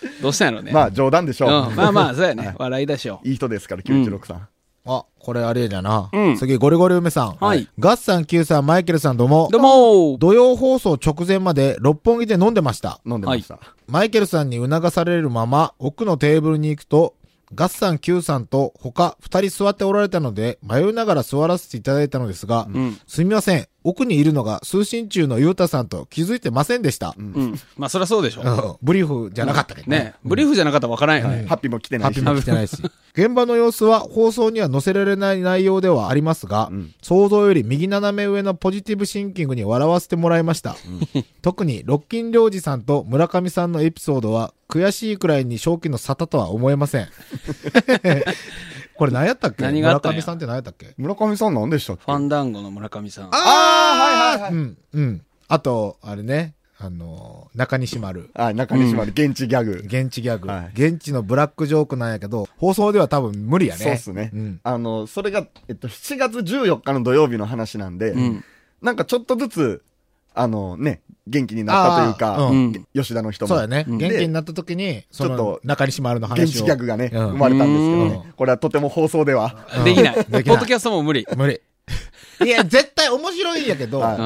S4: ん。どうしたんやろうね。
S3: まあ冗談でしょう。
S4: うんまあまあ、そうやね。笑いだしょ。
S3: いい人ですから、916さん。
S2: あ、これあれやな。
S4: うん
S2: 次、ゴリゴリ梅さん。
S4: はい
S2: ガッサン、キューさん、マイケルさん、どうも。
S4: どうもー
S2: 土曜放送直前まで六本木で飲んでました。
S3: 飲んでました。
S2: マイケルさんに促されるまま奥のテーブルに行くと、ガッサン Q さんと他二人座っておられたので迷いながら座らせていただいたのですが、
S4: ん
S2: すみません。奥にいるのが通信中のユータさんと気づいてませんでした。
S4: うん。まあ、そりゃそうでしょ
S2: う。ん ブリーフじゃなかったけど
S4: ねブリーフじゃなかったらわからんよね。
S3: ハッピーも来てな
S2: ハ
S3: い
S2: ッ
S3: し
S2: ピー。も来てないし。現場の様子は放送には載せられない内容ではありますが、想像より右斜め上のポジティブシンキングに笑わせてもらいました。特に、ロッキン領事さんと村上さんのエピソードは、悔しいくらいに正気の沙汰とは思えません。これ何やったっけ
S4: 何があったん
S2: 村
S4: や
S2: 上さんって何やったっけ
S3: 村上さんなんでしたっけ
S4: ファンダンゴの村上さん。
S2: ああはいはいはい。うん、うん。あと、あれね、あのー中西丸。
S3: あ、中西丸、現地ギャグ。
S2: 現地ギャグ、
S3: はい
S2: 現地のブラックジョークなんやけど、放送では多分無理やね。
S3: そうっすね。
S2: うん。
S3: あの、それが、えっと、7月14日の土曜日の話なんで、
S4: ん
S3: なんかちょっとずつ、あのね、元気になったというか、
S2: あーうん
S3: 吉田の人も。
S2: そうだね。
S4: うん
S2: 元気になった時に、そ
S3: ち
S2: の
S3: ょっと
S2: 中西丸の話を。
S3: 現地ギャグがね、
S2: うん
S3: 生まれたんですけど
S2: う
S3: ね。これはとても放送では。
S2: うん
S4: できない。
S2: できない
S4: ポッドキャストも無理。
S2: 無理。 いや、絶対面白いんやけど、
S3: はいう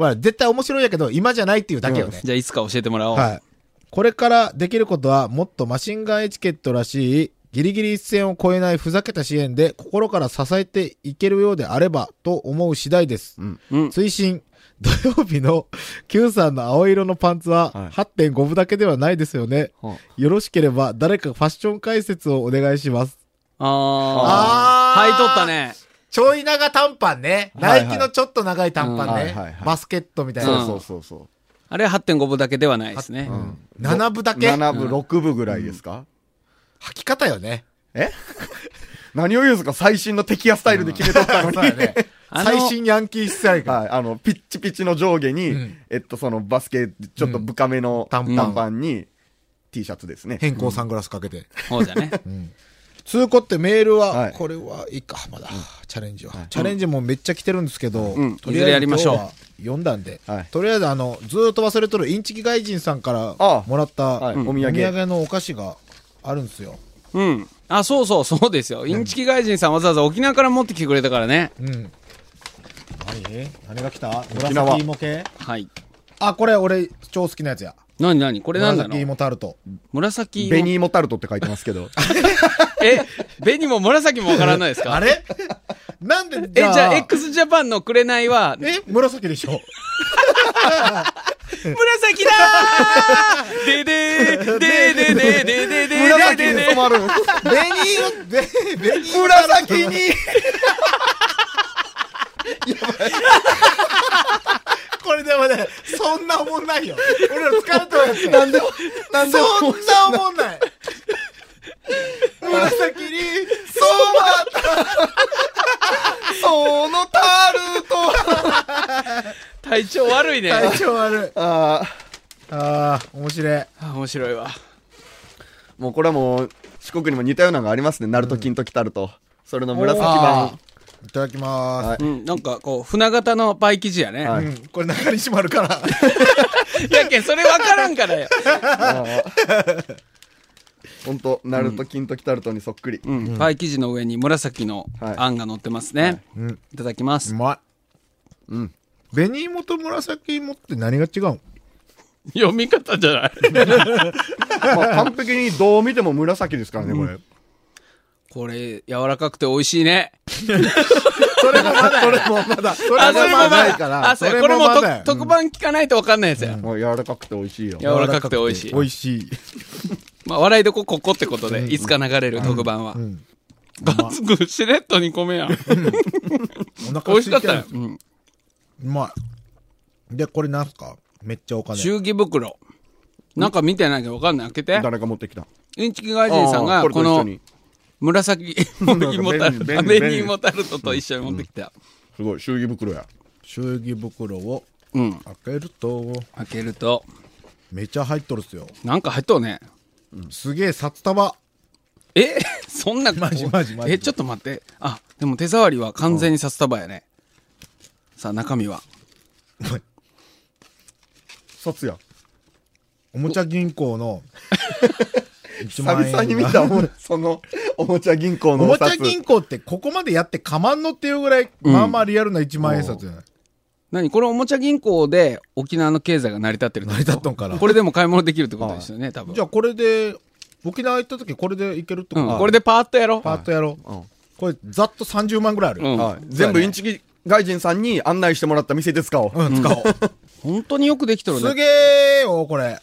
S2: ま
S4: ん。
S2: あ絶対面白いんやけど、今じゃないっていうだけよね。
S4: じゃあ、いつか教えてもらおう。
S2: はい。これからできることは、もっとマシンガンエチケットらしい、ギリギリ一線を越えないふざけた支援で、心から支えていけるようであれば、と思う次第です。
S3: うん
S4: うん
S2: 推進。土曜日の Q さんの青色のパンツ
S3: はい
S2: は8.5分だけではないですよね。よろしければ誰かファッション解説をお願いします。
S4: あ
S2: あー
S4: ー。はい、とったね。
S2: ちょい長短パンね。
S3: はいはい
S2: ナイキのちょっと長い短パンね。
S3: うんはいはいはい
S2: バスケットみたいな。
S3: そうそうそうそう。
S4: あれは8.5分だけではないですね。
S2: 7部だけ
S3: 7部、6部ぐらいですか、
S2: 履き方よね。
S3: え 何を言うんですか最新のテキヤスタイルで決めとったのに。
S2: そうやね。
S4: あの
S2: 最新ヤンキースタイル
S3: はい、あの、ピッチピチの上下に、
S2: うん
S3: えっと、そのバスケ、ちょっと深めの
S2: 短パン
S3: 短パンに、T シャツですね。
S2: 変更サングラスかけて。
S4: そうじゃね。
S2: 通行ってメールは、
S3: はい
S2: これはいいか、まだ、チャレンジは、チャレンジもめっちゃ来てるんですけど、
S4: うん
S2: と
S4: い
S2: り
S4: ず
S2: あ
S4: れ
S2: え
S4: や
S2: ず
S4: り
S2: 今
S4: ま
S2: 日
S4: しょう
S2: は読んだんで、
S3: はい
S2: とりあえずあの、ずーっと忘れとるインチキ外人さんか
S3: あ
S2: らもらった、
S3: はい
S2: うん
S3: お土産
S2: お土産のお菓子があるんですよ。
S4: うん。あ、そうそう、そうですよ。インチキ外人さんわざわざ沖縄から持ってきてくれたからね。
S2: うん。何何が来た
S3: 沖縄
S2: 紫芋系
S4: はい。
S2: あ、これ俺超好きなやつや。
S4: なになにこれなんだろ
S2: 紫
S4: う
S2: 芋タルト。
S4: 紫
S3: ベ
S4: 芋。
S3: ニーモタルトって書いてますけど。
S4: え、紅も紫もわからないですか
S2: あれ なんで
S4: え、
S2: じ
S4: じ
S2: ゃあ
S4: ゃあ、x ジャパンの紅は、
S2: え、紫でしょ
S4: 紫だーででーででででででで
S3: 紫
S4: で
S3: に
S4: で
S3: 染まる。
S2: 紅色、で、紅色。
S3: 紫 に
S2: これでもね、そんなおもんないよ。俺ら疲れてるやつ。
S3: なんでも、なんでも、
S2: そんなおもんない。紫に、そう
S3: そのタルト
S4: 体調悪いね。
S2: 体調悪い。
S3: ああ、
S2: ああ、面白い。
S4: あ面白いわ。
S3: もうこれはもう、四国にも似たようなのがありますね。ナルト金時タルト。それの紫
S2: あ
S3: 版。
S2: ーいただきます。
S3: は
S4: うん、なんかこう、船型のパイ生地やね。
S3: はい
S2: うん、これ中に閉まるから。
S4: いやけん、それわからんからよ。
S3: ほんと、ナルト金時タルトにそっくり。
S4: うん、パイ生地の上に紫の
S3: はい
S4: あんが乗ってますね。いただきます。
S2: まい。
S3: うん。
S2: 紅芋と紫芋って何が違うん
S4: 読み方じゃない
S3: まあ完璧にどう見ても紫ですからね、これ。
S4: これ、柔らかくて美味しいね。
S2: それもまだ、それも まだ、そ
S4: あ、それもま
S2: ないから。
S4: だ。あ、それ、これも
S2: ま
S4: と
S2: だよ
S4: 特番聞かないとわかんないやつや。
S3: もう柔らかくて美味しいよ。
S4: 柔らかくて美味しい
S2: 美。味しい。
S4: まあ、笑いどこここってことで、いつか流れる特番は。ガツくん、しれっと2個目やん。
S2: お
S4: 美
S2: 腹
S4: 味
S2: 空
S4: し
S2: い
S4: かってた
S2: る
S4: よ。うん。
S2: うまい。で、これなんすかめっちゃお金。
S4: 祝儀袋。なんか見てないけどわかんない。開けて。
S3: 誰か持ってきた。
S4: インチキ外人さん
S3: あ
S4: が、
S3: ー
S4: こ
S3: れと一緒
S4: の
S3: に、
S4: 紫芋タルト、
S3: なん
S4: あ
S3: か便利便利
S4: 紅芋タルトと一緒に持ってきた。
S3: すごい、祝儀袋や。
S2: 祝儀袋を
S4: うん。
S2: 開けると、
S4: 開けると、
S2: めちゃ入っとるっすよ。
S4: なんか入っとうね。
S2: すげえ札束。
S4: え そんな、
S2: マジマジマジ
S4: え、ちょっと待って。あ、でも手触りは完全に札束やね。さあ、中身は。
S3: 札や。
S2: おもちゃ銀行の1
S3: 久
S2: 万円が
S3: 々に見たもん、その、おもちゃ銀行
S2: お
S3: の
S2: も
S3: お
S2: ちゃ
S3: 札。
S2: 銀行ってここまでやってかまんのっていうぐらい、まあまあリアルな1万円札じゃない
S4: 何これおもちゃ銀行で沖縄の経済が成り立ってるってこ
S2: 成り立っとんから
S4: これでも買い物できるってことですよね、多分。
S2: じゃあこれで沖縄行った時これでいけるって
S4: う
S2: こ
S4: ん、
S2: と
S4: これでパーッとやろう。
S2: パーッとやろ
S3: うん
S2: うこれざっと30万ぐらいある
S4: う
S2: よ
S4: ん
S3: はい、全部インチキ外人さんに案内してもらった店で使おう。
S2: うん使
S4: 本当によくできと
S2: おう
S4: る
S2: す
S4: ね。
S2: げえよこれ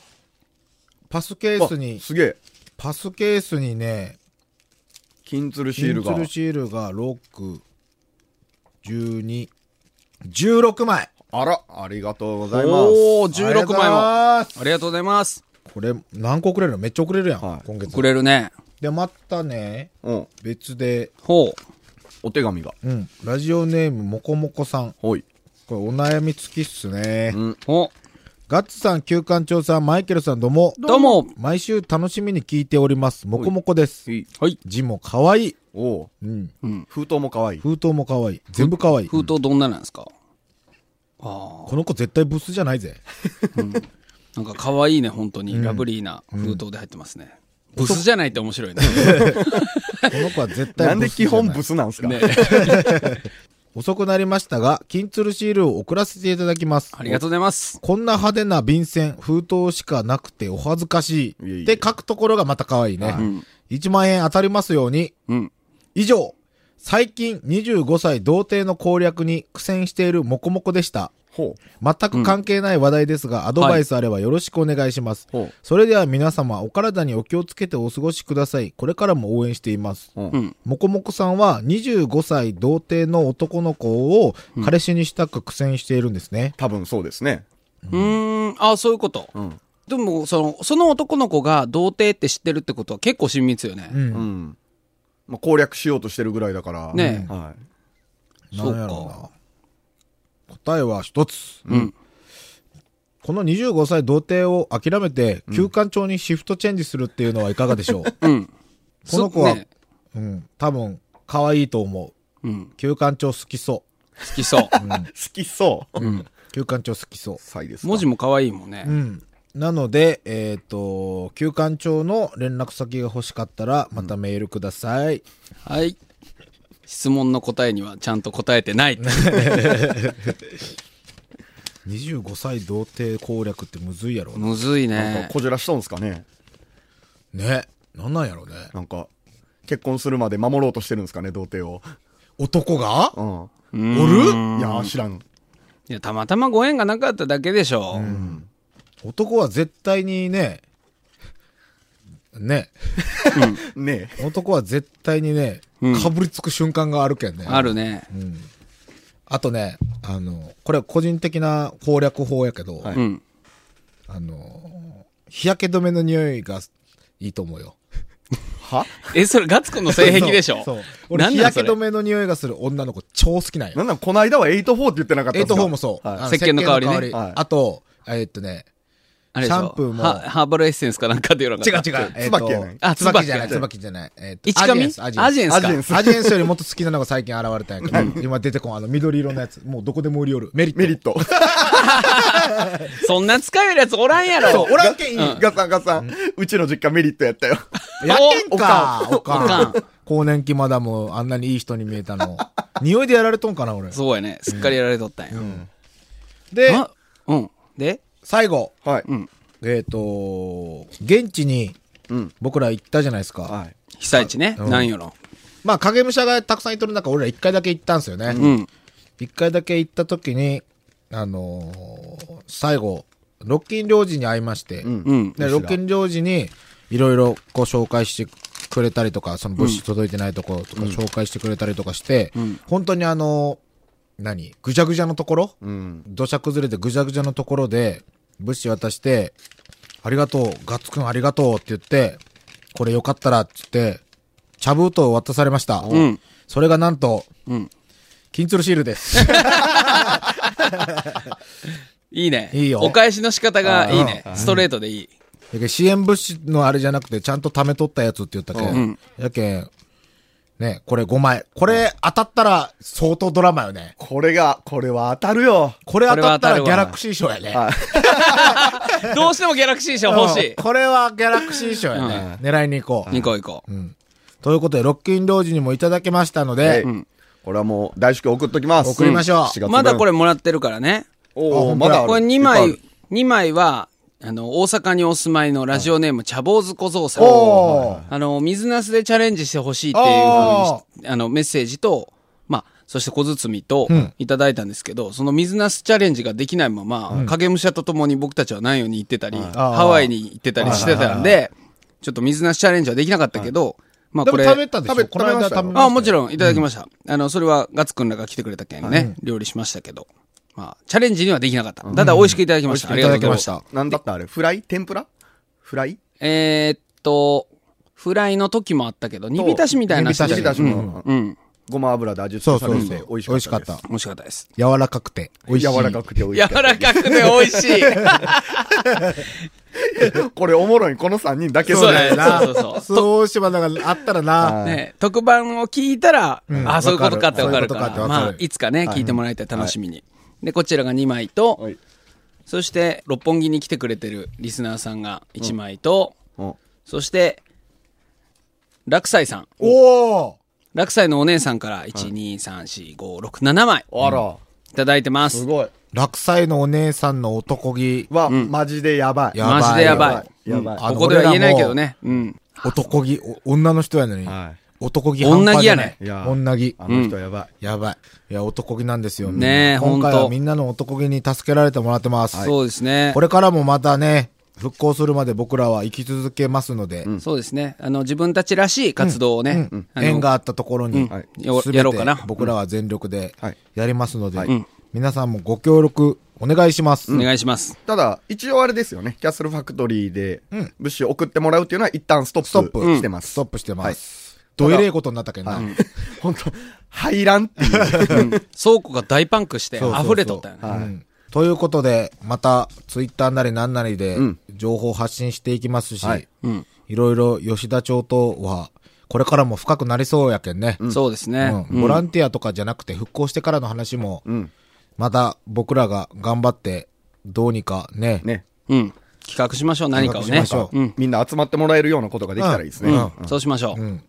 S2: パスケ
S3: あ
S2: ースに
S3: すげえ。
S2: パスケースにね
S3: 金鶴シ
S2: シ
S3: ー
S2: ン
S3: ル
S2: ツ
S3: が。
S2: ルシールが61216枚
S3: あら、ありがとうございます。
S4: おー、
S2: ありがとう
S4: 16
S2: ござ
S4: 枚
S2: い
S4: も。あ
S2: ます
S4: りがとうございます。
S2: これ何個くれるのめっちゃくれるやん、
S3: はい
S2: 今月
S4: くれるね。
S2: でまたね
S3: うん。
S2: 別で、
S4: ほ
S3: お手紙が。
S2: うん、ラジオネームもこもこさん
S3: ほい。
S2: これお悩み付きっすね、
S4: う。ほ
S2: ガッツさん旧館長さんマイケルさんどうも
S4: う。どうも。
S2: 毎週楽しみに聞いておりますもこもこです
S3: い。
S4: はい。
S2: 字も可愛い
S3: おう
S2: うん、
S3: 封筒も可愛い。
S2: 封筒も可愛い全部可愛い
S4: 封筒どんななんですかあ
S2: この子絶対ブスじゃないぜ
S4: あ。なんか可愛いね、本当に。ラブリーな封筒で入ってますね。ブスじゃないって面白いね。
S2: この子は絶対ブスじゃない
S3: なんで基本ブスなんすか、
S4: ね
S2: 遅くなりましたが金鶴シールを送らせていただきます
S4: ありがとうございます。
S2: こんな派手な便箋、封筒しかなくてお恥ずかしい。
S3: いえいえ
S2: で、書くところがまた可愛いね。1万円当たりますように。
S4: うん。
S2: 以上、最近25歳童貞の攻略に苦戦しているモコモコでした。
S3: ほ
S2: 全く関係ない話題ですが、アドバイスあればよろしくお願いします。
S3: ほう
S2: それでは皆様、お体にお気をつけてお過ごしください。これからも応援しています。
S3: う。う。
S4: うんん。
S2: もこもこさんは25歳童貞の男の子を彼氏にしたく苦戦しているんですね。
S3: 多分そうですね。
S4: うーん。あそういうこと。
S3: ん
S4: でも、その、その男の子が童貞って知ってるってことは結構親密よね。
S2: うん
S3: うん。まあ、攻略しようとしてるぐらいだから。
S4: ねえ
S3: はい。
S2: なんやろう
S4: そう
S2: な。答えは一つ。
S4: うん。
S2: この25歳童貞を諦めて、休館長にシフトチェンジするっていうのはいかがでしょう、
S4: うん。こ
S2: この子は、
S4: ね、
S2: うん、多分、可愛いと思う。
S4: うん。
S2: 休館長好きそ
S4: 好きそう。
S3: 好きそう。
S2: う。うん。休館長好きそう。
S3: サイですか
S4: 文字も可愛いもんね。
S2: うん。なので、えっ、と、休館長の連絡先が欲しかったら、またメールください。
S4: はい。質問の答えにはちゃんと答えてないって。
S2: 25歳童貞攻略ってむずいやろうな。
S4: むずい
S3: なん
S4: ね
S3: か。こじらしとんすかね。
S2: ね。なんなんやろうね。
S3: なんか、結婚するまで守ろうとしてるんですかね、童貞を。
S2: 男が
S3: うん。
S2: おる
S3: いやー、知らん。
S4: いや、たまたまご縁がなかっただけでしょ。
S2: 男は絶対にね、ね。
S3: ね
S2: 男は絶対にね、
S4: うん
S2: かぶりつく瞬間があるけんね。
S4: あるね。
S2: あとね、あの、これ個人的な攻略法やけど、
S3: はい
S4: うん。
S2: あの、日焼け止めの匂いがいいと思うよ。
S3: え。は
S4: え、それガッツコの 性癖でし
S2: そ
S4: ょ
S2: うそう。俺、
S4: なん
S2: 日
S4: なん
S2: 焼
S4: そ
S2: け
S4: れ
S2: 止めの匂いがする女の子超好きなん
S3: な
S2: よ。
S3: んなん、この間は8-4って言ってなかった
S2: エ
S3: ん
S2: イ
S3: す
S2: ト
S3: か
S2: フォーもそう。
S3: はい
S2: あ
S4: 石鹸の香りね
S2: 石鹸の
S3: はい
S2: あと、えーっとね、
S4: あれでしょ
S2: シャンプーも
S4: はハーバルエッセンスかなんかでよろ
S2: 違う違う。えーっと
S3: 椿やない
S4: あ椿
S2: 椿じゃない、椿じゃない。えーっと
S4: 一神
S2: ア
S4: ア
S2: ジエンスアジ
S4: ジ
S2: エン
S4: エン
S3: アジエン
S4: ス
S3: ス
S2: ス。アジエンスよりもっと好きなのが最近現れたんやけど、今出てこん、あの、緑色のやつ。もうどこでも売りよる。メリット。
S3: メリット。
S4: か。そんな使えるやつおらんや
S3: そ
S4: ろ。
S3: う、おらんけんいい。ガサンガサン。うちの実家メリットやったよ。
S2: やけんか、
S4: お
S2: おか
S4: お
S2: ん。更年期マダム、あんなにいい人に見えたの。匂いでやられとんかな、俺。
S4: そうやね。すっかりやられとったんや。
S2: で、
S4: あうん。で
S2: 最後。
S3: はい。
S2: えっ、と、現地に
S3: うん、
S2: 僕ら行ったじゃないですか。
S3: はい。
S4: 被災地ね。
S2: うん
S4: なんやろ。
S2: まあ、影武者がたくさんいとる中、俺ら一回だけ行ったんですよ
S4: う
S2: ね。
S4: ん。
S2: 一、回だけ行った時に、あのー最後、ロッキン領事に会いまして、
S3: うん
S4: うん。
S2: でロッキン領事に、いろいろご紹介してくれたりとか、その物資届いてないところとか紹介してくれたりとかして、本当にあのー何ぐちゃぐちゃのところ、
S3: うん。
S2: 土砂崩れてぐちゃぐちゃのところで、物資渡して、ありがとう、ガッツくんありがとうって言って、これよかったらって言って、茶封筒を渡されました。
S4: ん
S2: それがなんと、
S4: うん。
S2: 金鶴シールです。
S4: いいね。
S2: いいよ
S4: お返しの仕方がいいね
S3: あ。
S4: ストレートでいい。
S2: やけん支援物資のあれじゃなくて、ちゃんと貯めとったやつって言ったけん。
S4: うん
S2: やけん、ね、これ5枚。これ当たったら相当ドラマよね。
S3: これが、これは当たるよ。
S2: これ当たったら
S4: これは当たるわ
S2: ギャラクシー賞やね。
S3: はい。
S4: どうしてもギャラクシー賞欲し
S2: これはギャラクシー賞やね。狙いに行こ
S4: い。行こう行こ
S2: う。うん。ということで、ロッキン領事にもいただきましたので、
S3: はいこれはもう、大至急送っときます。
S2: 送りましょう
S4: う。まだこ
S3: れ、
S4: れもらってるからね。
S3: お
S2: あ
S3: お、
S2: 本当
S3: ま
S2: だ
S3: だある。
S4: これ2
S3: いっ
S4: 枚
S3: ぱい、
S4: 2枚は、あの、大阪にお住まいのラジオネーム、茶坊主小僧さん。
S2: おー
S4: あの、水なすでチャレンジしてほしいっていうふうにし、あの、メッセージと、まあ、そして小包と
S2: ん
S4: いただいたんですけど、その水なすチャレンジができないまま、影武者と共に僕たちは南洋に行ってたり、
S2: あー
S4: ハワイに行ってたりしてたんで、ちょっと水なすチャレンジはできなかったけど、まあ
S2: で
S4: こ
S2: も
S4: れ。
S2: 食べたでしょ
S3: 食べ
S2: この間
S3: 食べましたよ
S2: 食べましたよ
S4: あ、もちろん、いただきました。あの、それは、ガッツくんらが来てくれた件ね、料理しましたけど。まあ、チャレンジにはできなかった。ただ、美味しくいただきました。あ
S2: い
S4: りが
S2: た
S4: とう
S2: だ
S4: ご
S2: き
S4: ざい
S2: ま
S4: ま
S2: し
S4: したた。
S3: なんだったあれフライ天ぷらフライ
S4: えーっと、フライの時もあったけど、煮浸しみたいな
S2: 煮浸し
S3: ひだし
S4: うん
S3: の
S4: うん。
S3: ごま油で味
S2: そ
S3: 付
S2: う
S3: け
S2: そ
S3: され
S2: う
S3: て
S2: そう
S3: て。
S2: 美
S3: 美味
S2: 味
S3: し
S2: し
S3: か
S2: か
S3: っ
S2: ったた
S3: で。
S4: 美味しかったです。
S2: 柔らかくて、美味しい。
S3: す。柔らかくて美味しか
S4: 柔
S3: った
S4: らかくて美味しい。
S3: これおもろい、この3人だけ
S4: そうだよ
S3: ね。
S4: な。そうそうそう。
S2: そう、大島だがあったら な。
S4: ね、特番を聞いたら、
S2: ん
S4: あ、そういうことかってわ
S2: わか
S4: か
S2: る
S4: る
S2: そういうこと
S4: か
S2: かって
S4: ら、
S2: わかる
S4: まあ、いつかね、聞いてもらえたら楽しみに。で、こちらが2枚と、
S3: はい
S4: そして、六本木に来てくれてるリスナーさんが1枚と、
S3: うん
S4: そして、落斎さん。
S2: おお
S4: 落斎のお姉さんから、1、2、3、4、5、6、7枚。
S3: あら、
S4: いただいてますす。
S3: ごい。
S2: 落斎のお姉さんの男気。
S3: は、マジでやばい。
S2: やばい
S4: マジでやばい。
S3: やばいやばい
S4: うん
S2: あの
S4: ここでは言えないけどね。うん。
S2: 男気、お女の人やのに。
S3: はい
S2: 男気
S4: 女気や
S2: 半
S4: ね
S2: 端じゃない女気。
S3: あの人やばい。
S2: やばい。いや、男気なんですよ。
S4: ねえ
S2: 今回
S4: ほん
S2: は
S4: と
S2: みんなの男気に助けられてもらってます。
S4: そうですね
S2: こ。れからもまたね、復興するまで僕らは生き続けますので、
S4: そうですね。あの、自分たちらしい活動をね。あの
S2: 縁があったところに、
S4: はい
S2: 全て
S4: やろうかな
S2: 僕らは全力で
S3: はい
S2: やりますので、皆さんもご協力お願いします。
S4: お願いします。
S3: ただ、一応あれですよね。キャッスルファクトリーで、物資送ってもらうっていうのは一旦ストップ
S2: ストップ
S3: してま
S2: ス
S3: す
S2: トッ。プしてます。どえれえことになったけどな。
S3: 本当入らんっていう。
S4: 倉庫が大パンクして
S2: そうそうそう
S4: 溢れとったよね。
S3: はい
S2: うんということで、また、ツイッターなりなんなりで
S3: うん、
S2: 情報発信していきますし、
S3: はい
S2: い
S4: うん
S2: ろいろ吉田町とは、これからも深くなりそうやけんね。
S4: そうで
S2: う
S4: すね。
S2: んボランティアとかじゃなくて、復興してからの話も、
S3: うん。
S2: また僕らが頑張って、どうにかね、
S3: ね。
S4: うん。企画しましょう、何かを
S2: 企
S4: ね
S2: 画しましょ。う
S4: うん。
S3: みんな集まってもらえるようなことができたらいいですね。
S4: うんそうしましょう。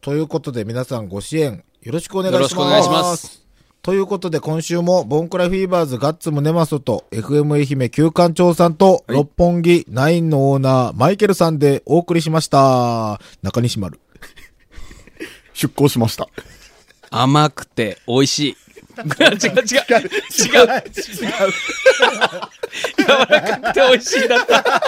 S2: ということで皆さんご支援よろしくお願いします。
S4: よろしくお願いします
S2: ということで今週もボンクラフィーバーズガッツムネマソと FM 愛媛旧館長さんと六本木ナインのオーナーマイケルさんでお送りしました。中西丸。
S3: 出向しました。
S4: 甘くて美 味しい。違う違う違う。違う。違う。柔らかくて美味しいだった。